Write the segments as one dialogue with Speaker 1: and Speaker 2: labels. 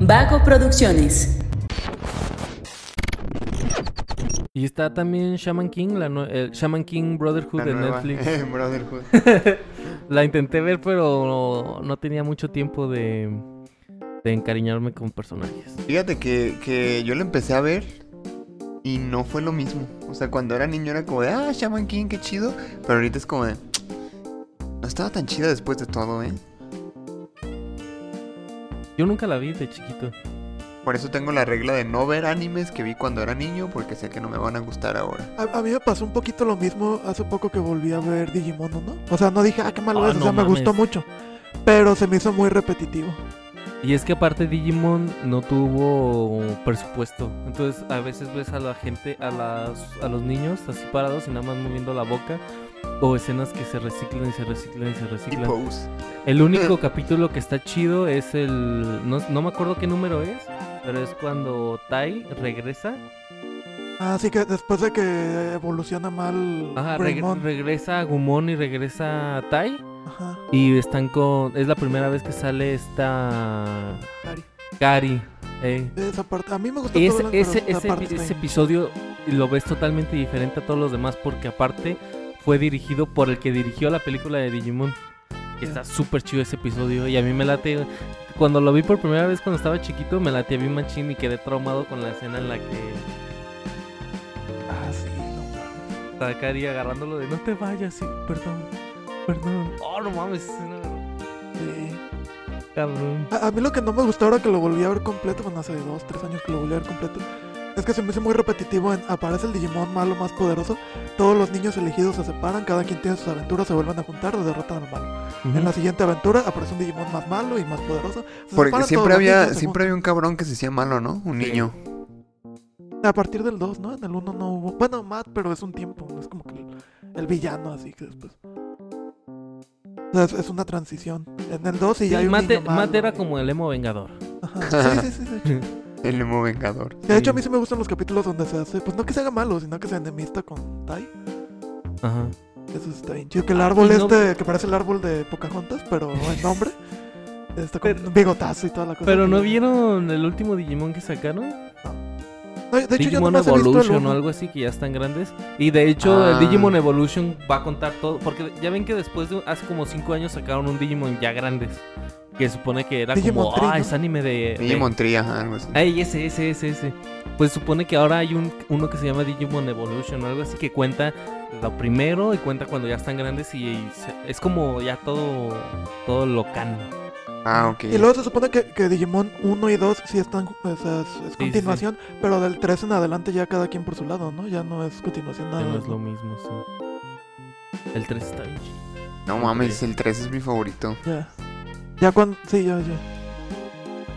Speaker 1: Vago Producciones.
Speaker 2: Y está también Shaman King, la nue- el Shaman King Brotherhood
Speaker 3: Mm. La
Speaker 2: de
Speaker 3: nueva-
Speaker 2: Netflix.
Speaker 3: Brotherhood.
Speaker 2: la intenté ver, pero no, no tenía mucho tiempo de, de encariñarme con personajes.
Speaker 3: Fíjate que, que yo lo empecé a ver y no fue lo mismo. O sea, cuando era niño era como de, ah, Shaman King, qué chido. Pero ahorita es como de, no estaba tan chida después de todo, ¿eh?
Speaker 2: Yo nunca la vi de chiquito.
Speaker 3: Por eso tengo la regla de no ver animes que vi cuando era niño porque sé que no me van a gustar ahora.
Speaker 4: A, a mí me pasó un poquito lo mismo hace poco que volví a ver Digimon, ¿no? O sea, no dije, ah, qué malo
Speaker 2: Ah,
Speaker 4: es, o
Speaker 2: no
Speaker 4: sea, me gustó
Speaker 2: mames.
Speaker 4: mucho. Pero se me hizo muy repetitivo.
Speaker 2: Y es que aparte Digimon no tuvo presupuesto. Entonces a veces ves a la gente, a, las, a los niños así parados y nada más moviendo la boca. O escenas que se reciclan y se reciclan y se
Speaker 3: Y
Speaker 2: reciclan.
Speaker 3: Pose.
Speaker 2: El único capítulo que está chido es el... No, no me acuerdo qué número es, pero es cuando Tai regresa.
Speaker 4: Así que después de que evoluciona mal
Speaker 2: Ajá, reg-
Speaker 4: Greymon.
Speaker 2: regresa a Gumon y regresa a Tai.
Speaker 4: Ajá,
Speaker 2: Y están con... Es la primera vez que sale esta...
Speaker 4: Ari.
Speaker 2: Kari. eh.
Speaker 4: Esa parte, a mí me gustó
Speaker 2: Y
Speaker 4: todo
Speaker 2: ese,
Speaker 4: lo que
Speaker 2: ese, ese epi- ese episodio lo ves totalmente diferente a todos los demás porque aparte fue dirigido por el que dirigió la película de Digimon. Y Está súper chido ese episodio y a mí me late... Cuando lo vi por primera vez cuando estaba chiquito me late a mí machín y quedé traumado con la escena en la que
Speaker 4: Ah, sí, no.
Speaker 2: está Kari agarrándolo de no te vayas, sí, perdón, perdón. Oh, no mames, esa escena,
Speaker 4: sí.
Speaker 2: cabrón.
Speaker 4: A, a mí lo que no me gustó ahora que lo volví a ver completo, bueno, hace dos, tres años que lo volví a ver completo, es que se me hizo muy repetitivo. En, aparece el Digimon malo más poderoso, todos los niños elegidos se separan, cada quien tiene sus aventuras, se vuelven a juntar, o derrotan al malo. En la siguiente aventura aparece un Digimon más malo y más poderoso. se
Speaker 3: Porque
Speaker 4: separan
Speaker 3: siempre
Speaker 4: todos los
Speaker 3: había,
Speaker 4: niños, se
Speaker 3: siempre había un cabrón que se hacía malo, ¿no? Un niño.
Speaker 4: juntan. A partir del 2, ¿no? En el 1 no hubo. Bueno, Matt, pero es un tiempo, no es como que el, el villano, así que después. O sea, es, es una transición. En el 2 y ya hay un
Speaker 2: Mate,
Speaker 4: niño malo,
Speaker 2: e-, era
Speaker 4: y-
Speaker 2: como el emo vengador.
Speaker 4: Ajá. Sí, sí, sí, sí.
Speaker 3: El emo vengador.
Speaker 4: De hecho, a
Speaker 2: Sí.
Speaker 4: mí sí me gustan los capítulos donde se hace, pues no que se haga malo, sino que se enemista con Tai.
Speaker 2: Ajá.
Speaker 4: Eso está bien chido. Que el árbol
Speaker 2: y Ah, no-
Speaker 4: este, que parece el árbol de Pocahontas, pero en nombre. Está con
Speaker 2: Pero-
Speaker 4: un bigotazo y toda la cosa.
Speaker 2: Pero
Speaker 4: que-
Speaker 2: ¿no vieron el último Digimon que sacaron?
Speaker 4: No, de hecho,
Speaker 2: Digimon
Speaker 4: yo no he visto el
Speaker 2: Evolution o
Speaker 4: uno.
Speaker 2: algo así que ya están grandes. Y de hecho,
Speaker 3: Ah.
Speaker 2: el Digimon Evolution va a contar todo. Porque ya ven que después de hace como 5 años sacaron un Digimon ya grandes. Que supone que era
Speaker 4: Digimon
Speaker 2: como.
Speaker 4: Tri,
Speaker 2: ah,
Speaker 4: ¿no?
Speaker 2: es anime de. de-
Speaker 3: Digimon Tria, algo así.
Speaker 2: Ay, ese, ese, ese, ese. Pues supone que ahora hay un, uno que se llama Digimon Evolution o algo así que cuenta lo primero y cuenta cuando ya están grandes y, y se- es como ya todo, todo locano.
Speaker 3: Ah, ok.
Speaker 4: Y luego se supone que, que Digimon 1 y 2 sí están. O sea, es, es
Speaker 2: sí.
Speaker 4: continuación, pero del 3 en adelante ya cada quien por su lado, ¿no? Ya no es continuación nada.
Speaker 2: Ya no
Speaker 4: más,
Speaker 2: es lo
Speaker 4: ¿no?
Speaker 2: mismo, sí. El 3 está bien chido.
Speaker 3: No mames, el 3 es mi favorito.
Speaker 4: Ya. Ya cuando. Sí, ya, ya.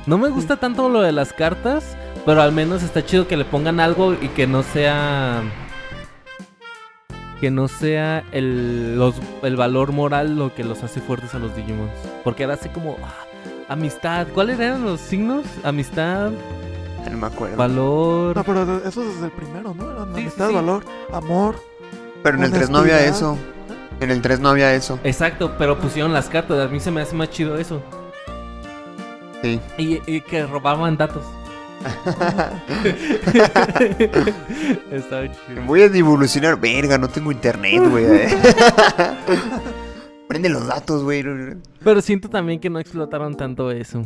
Speaker 2: No me gusta tanto lo de las cartas, pero al menos está chido que le pongan algo y que no sea. Que no sea el, los- el valor moral lo que los hace fuertes a los Digimons. Porque era así como. ah, amistad. ¿Cuáles eran los signos? Amistad,
Speaker 3: No me acuerdo.
Speaker 4: No,
Speaker 2: valor.
Speaker 4: pero de- eso es desde el primero, ¿no? Eran
Speaker 2: Sí, sí,
Speaker 4: amistad,
Speaker 2: sí.
Speaker 4: valor, amor.
Speaker 3: Pero en el 3 no había eso. En el 3 no había eso.
Speaker 2: Exacto, pero pusieron las cartas. A mí se me hace más chido eso.
Speaker 3: Sí.
Speaker 2: Y, y que robaban datos. Estaba chido.
Speaker 3: Voy a divulgacionar. Verga, no tengo internet, güey. eh. Prende los datos, güey.
Speaker 2: Pero siento también que no explotaron tanto eso.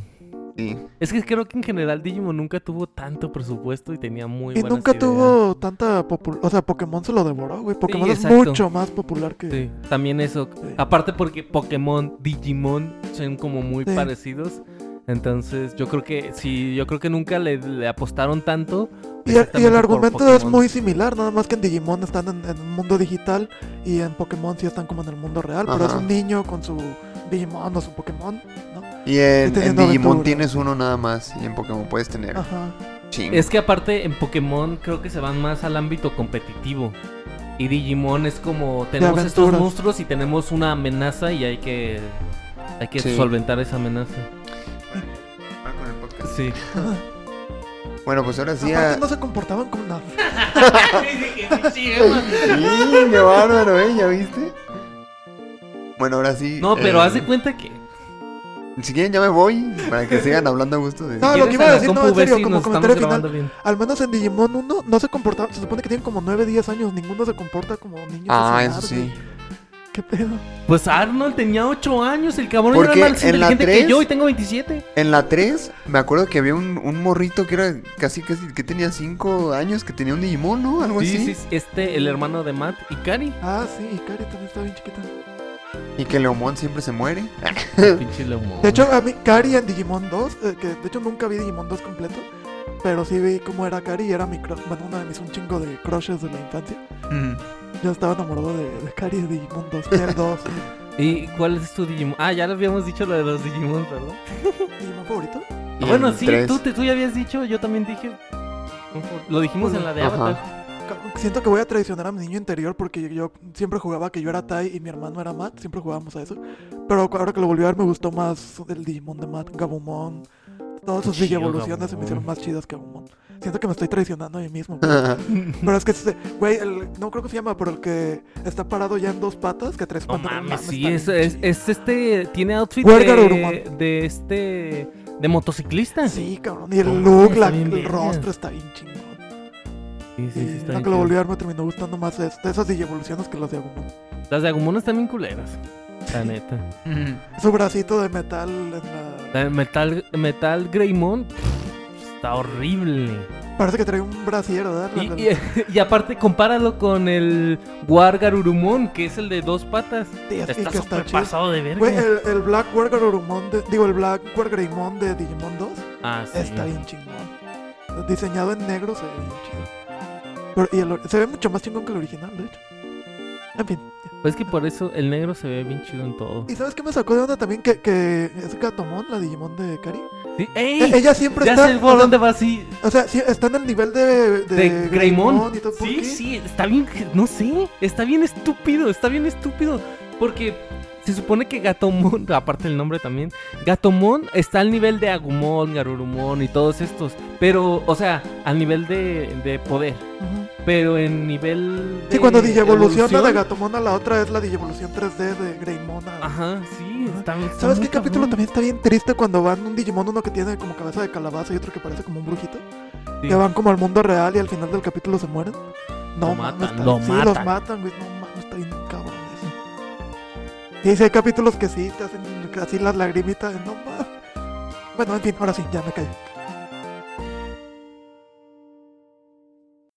Speaker 3: Sí.
Speaker 2: Es que creo que en general Digimon nunca tuvo tanto presupuesto y tenía muy
Speaker 4: Y
Speaker 2: buenas
Speaker 4: nunca
Speaker 2: ideas.
Speaker 4: tuvo tanta popularidad. O sea, Pokémon se lo devoró, güey. Pokémon es
Speaker 2: exacto.
Speaker 4: mucho más popular que.
Speaker 2: Sí, también eso.
Speaker 4: Sí.
Speaker 2: Aparte porque Pokémon, Digimon son como muy
Speaker 4: Sí.
Speaker 2: parecidos. Entonces, yo creo que sí, yo creo que nunca le, le apostaron tanto.
Speaker 4: Y, el- y
Speaker 2: exactamente
Speaker 4: el
Speaker 2: por
Speaker 4: argumento es
Speaker 2: Pokémon.
Speaker 4: muy similar, nada más que en Digimon están en, en un mundo digital y en Pokémon sí están como en el mundo real, pero es
Speaker 3: Ajá. Eh,
Speaker 4: un niño con su Digimon o su Pokémon.
Speaker 3: Y en,
Speaker 4: Estoy
Speaker 3: en
Speaker 4: teniendo
Speaker 3: Digimon
Speaker 4: aventura.
Speaker 3: tienes uno nada más. Y en Pokémon puedes tener
Speaker 4: Ajá.
Speaker 3: chingo.
Speaker 2: Es que aparte en Pokémon creo que se van más al ámbito competitivo. Y Digimon es como tenemos estos
Speaker 4: aventuras.
Speaker 2: monstruos y tenemos una amenaza y hay que hay que
Speaker 3: Sí.
Speaker 2: solventar esa amenaza.
Speaker 3: Ah, con el podcast.
Speaker 2: Sí.
Speaker 3: Bueno, pues ahora sí.
Speaker 4: Aparte
Speaker 3: a-
Speaker 4: no se comportaban como nada.
Speaker 3: Sí, qué bárbaro, ¿eh? ¿Ya viste? Bueno, ahora sí.
Speaker 2: No, pero
Speaker 3: eh,
Speaker 2: haz de cuenta que.
Speaker 3: Si quieren ya me voy para que sigan hablando a gusto. de-
Speaker 4: No, Ah, lo
Speaker 2: ¿Quieres
Speaker 4: que iba a
Speaker 2: la
Speaker 4: decir, no,
Speaker 2: compu
Speaker 4: en
Speaker 2: ver
Speaker 4: serio,
Speaker 2: si
Speaker 4: como
Speaker 2: nos estamos
Speaker 4: comentario final,
Speaker 2: grabando bien?
Speaker 4: Al menos en Digimon 1 no se comportaban, se supone que tienen como 9, 10 años, ninguno se comporta como niños.
Speaker 3: Ah,
Speaker 4: de su
Speaker 3: eso
Speaker 4: edad,
Speaker 3: sí.
Speaker 4: güey. ¿Qué pedo?
Speaker 2: Pues Arnold tenía 8 años, el cabrón
Speaker 3: Porque
Speaker 2: era más
Speaker 3: en la
Speaker 2: inteligente que
Speaker 3: tres-
Speaker 2: yo y tengo 27.
Speaker 3: En la 3, me acuerdo que había un, un morrito que era casi, casi, que tenía 5 años, que tenía un Digimon, ¿no? Algo
Speaker 2: Sí,
Speaker 3: así.
Speaker 2: sí, sí, este, el hermano de Matt y Cari.
Speaker 4: Ah, sí, y Kari también está bien chiquita.
Speaker 3: Y que Leomón siempre se muere.
Speaker 2: Pinche lomo.
Speaker 4: De hecho, a mí, Kari en Digimon 2, eh, que de hecho nunca vi Digimon 2 completo, pero sí vi cómo era Kari y era mi crush, bueno, uno de mis un chingo de crushes de la infancia.
Speaker 3: Mm.
Speaker 4: Yo estaba enamorado de, de Kari de Digimon 2, Piel 2.
Speaker 2: ¿Y cuál es tu Digimon? Ah, ya lo habíamos dicho lo de los Digimon, ¿verdad?
Speaker 4: ¿Digimon favorito?
Speaker 3: Y
Speaker 2: bueno,
Speaker 3: en
Speaker 2: sí,
Speaker 3: tres-
Speaker 2: tú, te- tú ya habías dicho, yo también dije. Lo dijimos en la de
Speaker 3: Ajá.
Speaker 2: Avatar.
Speaker 4: Ca- Siento que voy a traicionar a mi niño interior porque yo siempre jugaba que yo era Tai y mi hermano era Matt, siempre jugábamos a eso. Pero ahora que lo volví a ver me gustó más el Digimon de Matt, Gabumon. Todas sus
Speaker 2: Chido,
Speaker 4: digievoluciones se me hicieron
Speaker 2: Gabumon.
Speaker 4: más chidas que Gabumon. Siento que me estoy traicionando a mí mismo. güey. Pero es que, este- güey, el- no creo que se llama, pero el que está parado ya en dos patas, que tres
Speaker 2: No
Speaker 4: patas.
Speaker 2: mames, sí, es,
Speaker 4: está bien
Speaker 2: es,
Speaker 4: chido.
Speaker 2: es este. Tiene outfit
Speaker 4: Huérgaro,
Speaker 2: de,
Speaker 4: Urumán.
Speaker 2: de este. de motociclista.
Speaker 4: Sí, cabrón. Y el
Speaker 2: No mames,
Speaker 4: look,
Speaker 2: está
Speaker 4: la-
Speaker 2: bien
Speaker 4: el
Speaker 2: verga.
Speaker 4: rostro está bien chingón.
Speaker 2: sí, sí, sí, está
Speaker 4: Y ahora
Speaker 2: bien
Speaker 4: Ah, que lo
Speaker 2: chido.
Speaker 4: volví a ver me terminó gustando más este- esas digievoluciones que las de Agumon.
Speaker 2: Las de Agumon están bien culeras. La neta.
Speaker 3: Mm.
Speaker 4: Su bracito de metal en la...
Speaker 2: La de Metal, Metal Greymon pff, está horrible.
Speaker 4: Parece que trae un brasier, ¿verdad? La-
Speaker 2: Y,
Speaker 4: la-
Speaker 2: y- y aparte, compáralo con el Wargarurumon, que es el de dos patas.
Speaker 4: sí, así
Speaker 2: Está
Speaker 4: que está
Speaker 2: súper
Speaker 4: chido.
Speaker 2: pasado de verga.
Speaker 4: Güey, el, el Black Wargarurumon de... Digo, el Black Wargreymon de Digimon 2
Speaker 2: ah, sí.
Speaker 4: está bien chingón. Diseñado en negro se ve bien chido. Pero- y el or- se ve mucho más chingón que el original, de hecho. En fin.
Speaker 2: Pues es que por eso el negro se ve bien chido en todo.
Speaker 4: ¿Y sabes qué me sacó de onda también? Que, que es Gatomon, la Digimon de Kari.
Speaker 2: Sí, ¡Ey!
Speaker 4: E- ella siempre
Speaker 2: ya
Speaker 4: está...
Speaker 2: sé por
Speaker 4: o
Speaker 2: dónde va así.
Speaker 4: sea, o sea, sí, está en el nivel de... De,
Speaker 2: De Greymon.
Speaker 4: y todo, ¿por
Speaker 2: Sí,
Speaker 4: qué?
Speaker 2: sí, está bien. No sé, está bien estúpido, está bien estúpido. Porque se supone que Gatomon, aparte el nombre también, Gatomon está al nivel de Agumon, Garurumon y todos estos. Pero, o sea, al nivel de, de poder.
Speaker 4: Ujú.
Speaker 2: Pero en nivel.
Speaker 4: Sí,
Speaker 2: de
Speaker 4: cuando digievoluciona de
Speaker 2: evolución-
Speaker 4: Gatomon a la otra es la digievolución 3D de Greymon. a-
Speaker 2: Ajá, sí,
Speaker 4: Ajá.
Speaker 2: está está
Speaker 4: ¿Sabes
Speaker 2: muy
Speaker 4: qué capítulo
Speaker 2: cabrón.
Speaker 4: también está bien triste cuando van un Digimon, uno que tiene como cabeza de calabaza y otro que parece como un brujito?
Speaker 2: Sí.
Speaker 4: Que van como al mundo real y al final del capítulo se mueren. No,
Speaker 2: Lo
Speaker 4: mames,
Speaker 2: matan,
Speaker 4: está-
Speaker 2: lo
Speaker 4: sí, los
Speaker 2: matan.
Speaker 4: matan, güey. No mames, está bien cabrón eso. Sí, sí, hay capítulos que sí te hacen así las lagrimitas. de, No mames. Bueno, en fin, ahora sí, ya me callo.